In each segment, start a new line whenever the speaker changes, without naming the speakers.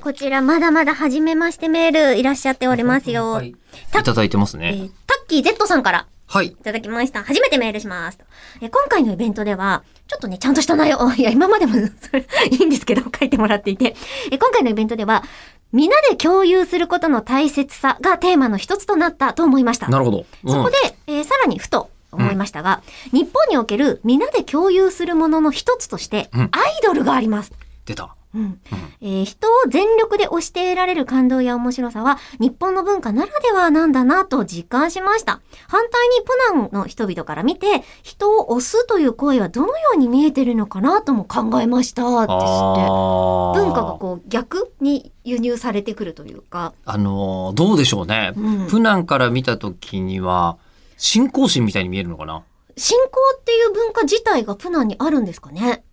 こちらまだまだ初めましてメールいらっしゃっておりますよ。
はい。いただいてます
え
ね。
ータッキー Z さんから
はい
い。ただきました。初めてメールします。えー今回のイベントでは、ちょっとね、ちゃんとした内容、いや、今までもそれいいんですけど、書いてもらっていて、えー今回のイベントでは、皆で共有することの大切さがテーマの一つとなったと思いました。
なるほど。うん
そこで、えーさらにふと思いましたが、日本における皆で共有するものの一つとして、
うん
アイドルがあります。
出た。
うんえー人を全力で推して得られる感動や面白さは日本の文化ならではなんだなと実感しました。反対にプナンの人々から見て人を推すという行為はどのように見えてるのかなとも考えましたですって。
あー
文化がこう逆に輸入されてくるというか。
あのーどうでしょうね。
うん
プナンから見たときには、信仰心みたいに見えるのかな
信仰っていう文化自体がプナンにあるんですかね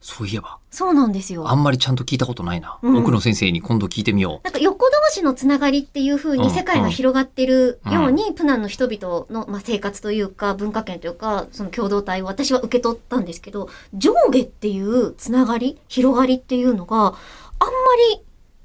そういえば、
そうなんですよ。
あんまりちゃんと聞いたことないな。
うん
奥野先生に今度聞いてみよ
なんか横同士のつながりっていう風に世界が広がってるように、プナンの人々の、まあ、生活というか、文化圏というか、その共同体を私は受け取ったんですけど、上下っていうつながり、広がりっていうのがあんまり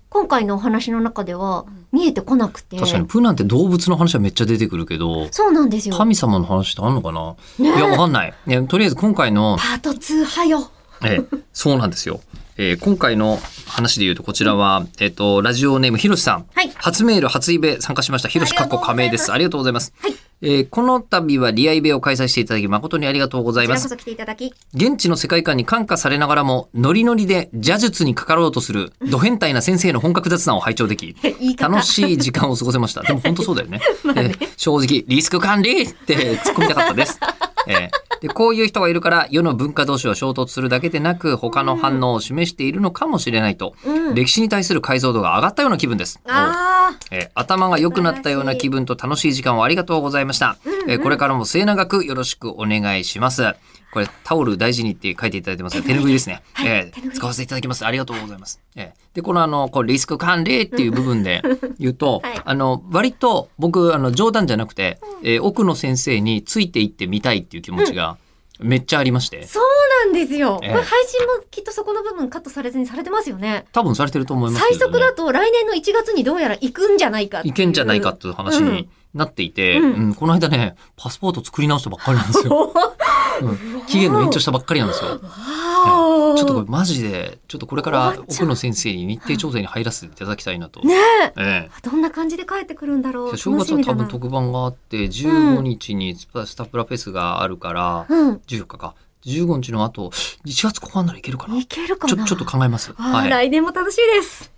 今回のお話の中では見えてこなくて。
う。確かに、プナンって動物の話はめっちゃ出てくるけど、
そうなんですよ。
神様の話ってあんのかな、
ね
いや、わかんない。ね、とりあえず今回の、
パート2はよ。
ええそうなんですよ。えー今回の話で言うと、こちらは、えっ、と、ラジオネームひろしさん。
はい
初メール、初イベ参加しました。ひろしかっこ加盟です。ありがとうございます。
はい
えーこの度はリアイベを開催していただき、誠にありがとうござ
こ
い
ちら
ま
こ
す。
そ来ていただき。
現地の世界観に感化されながらも、ノリノリで邪術にかかろうとする、ド変態な先生の本格雑談を拝聴でき、
言い方
楽。しい時間を過ごせました。 でも本当そうだよね。えー正直、リスク管理って突っ込みたかっ たです。えーでこういう人がいるから世の文化同士は衝突するだけでなく他の反応を示しているのかもしれないと、
うん
歴史に対する解像度が上がったような気分です。
あ
えー頭が良くなったような気分と楽しい時間をありがとうございました。えーこれからも末永くよろしくお願いします。これタオル大事にって書いていただいてますが手拭いですね。えー使わせていただきます。ありがとうございます。えーでこのあのこうリスク管理っていう部分 で言うと、
はい
あの割と僕あの冗談じゃなくて、えー奥野先生についていってみたいっていう気持ちがめっちゃありまして、
あ。そうなんですよ。こ
ええ
れ配信もきっとそこの部分カットされずにされてますよね。
多分されてると思いますけ
最
ど、ね。
速だと来年の1月にどうやら行くんじゃないかってう
いけんじゃない かっていう話になっていて、
う
うんんこの間ね、パスポート作り直したばっかりなんですよ。うん期限の延長したばっかりなんですよ。
あー
ちょっとこれマジで、ちょっとこれから
終わっちゃ
奥
う
野先生に日程調整に入らせていただきたいなと。
ねえ
ええ
どんな感じで帰ってくるんだろう楽し
正月は
み
多
だ
分
な
特番があって、15日にスパスタプラフェスがあるから、
うん
14日か。15日の後、1月後半ならいけるかな。
いけるか
ち
な
ょ、ちょっと考えます。
あー
はい。
来年も楽しいです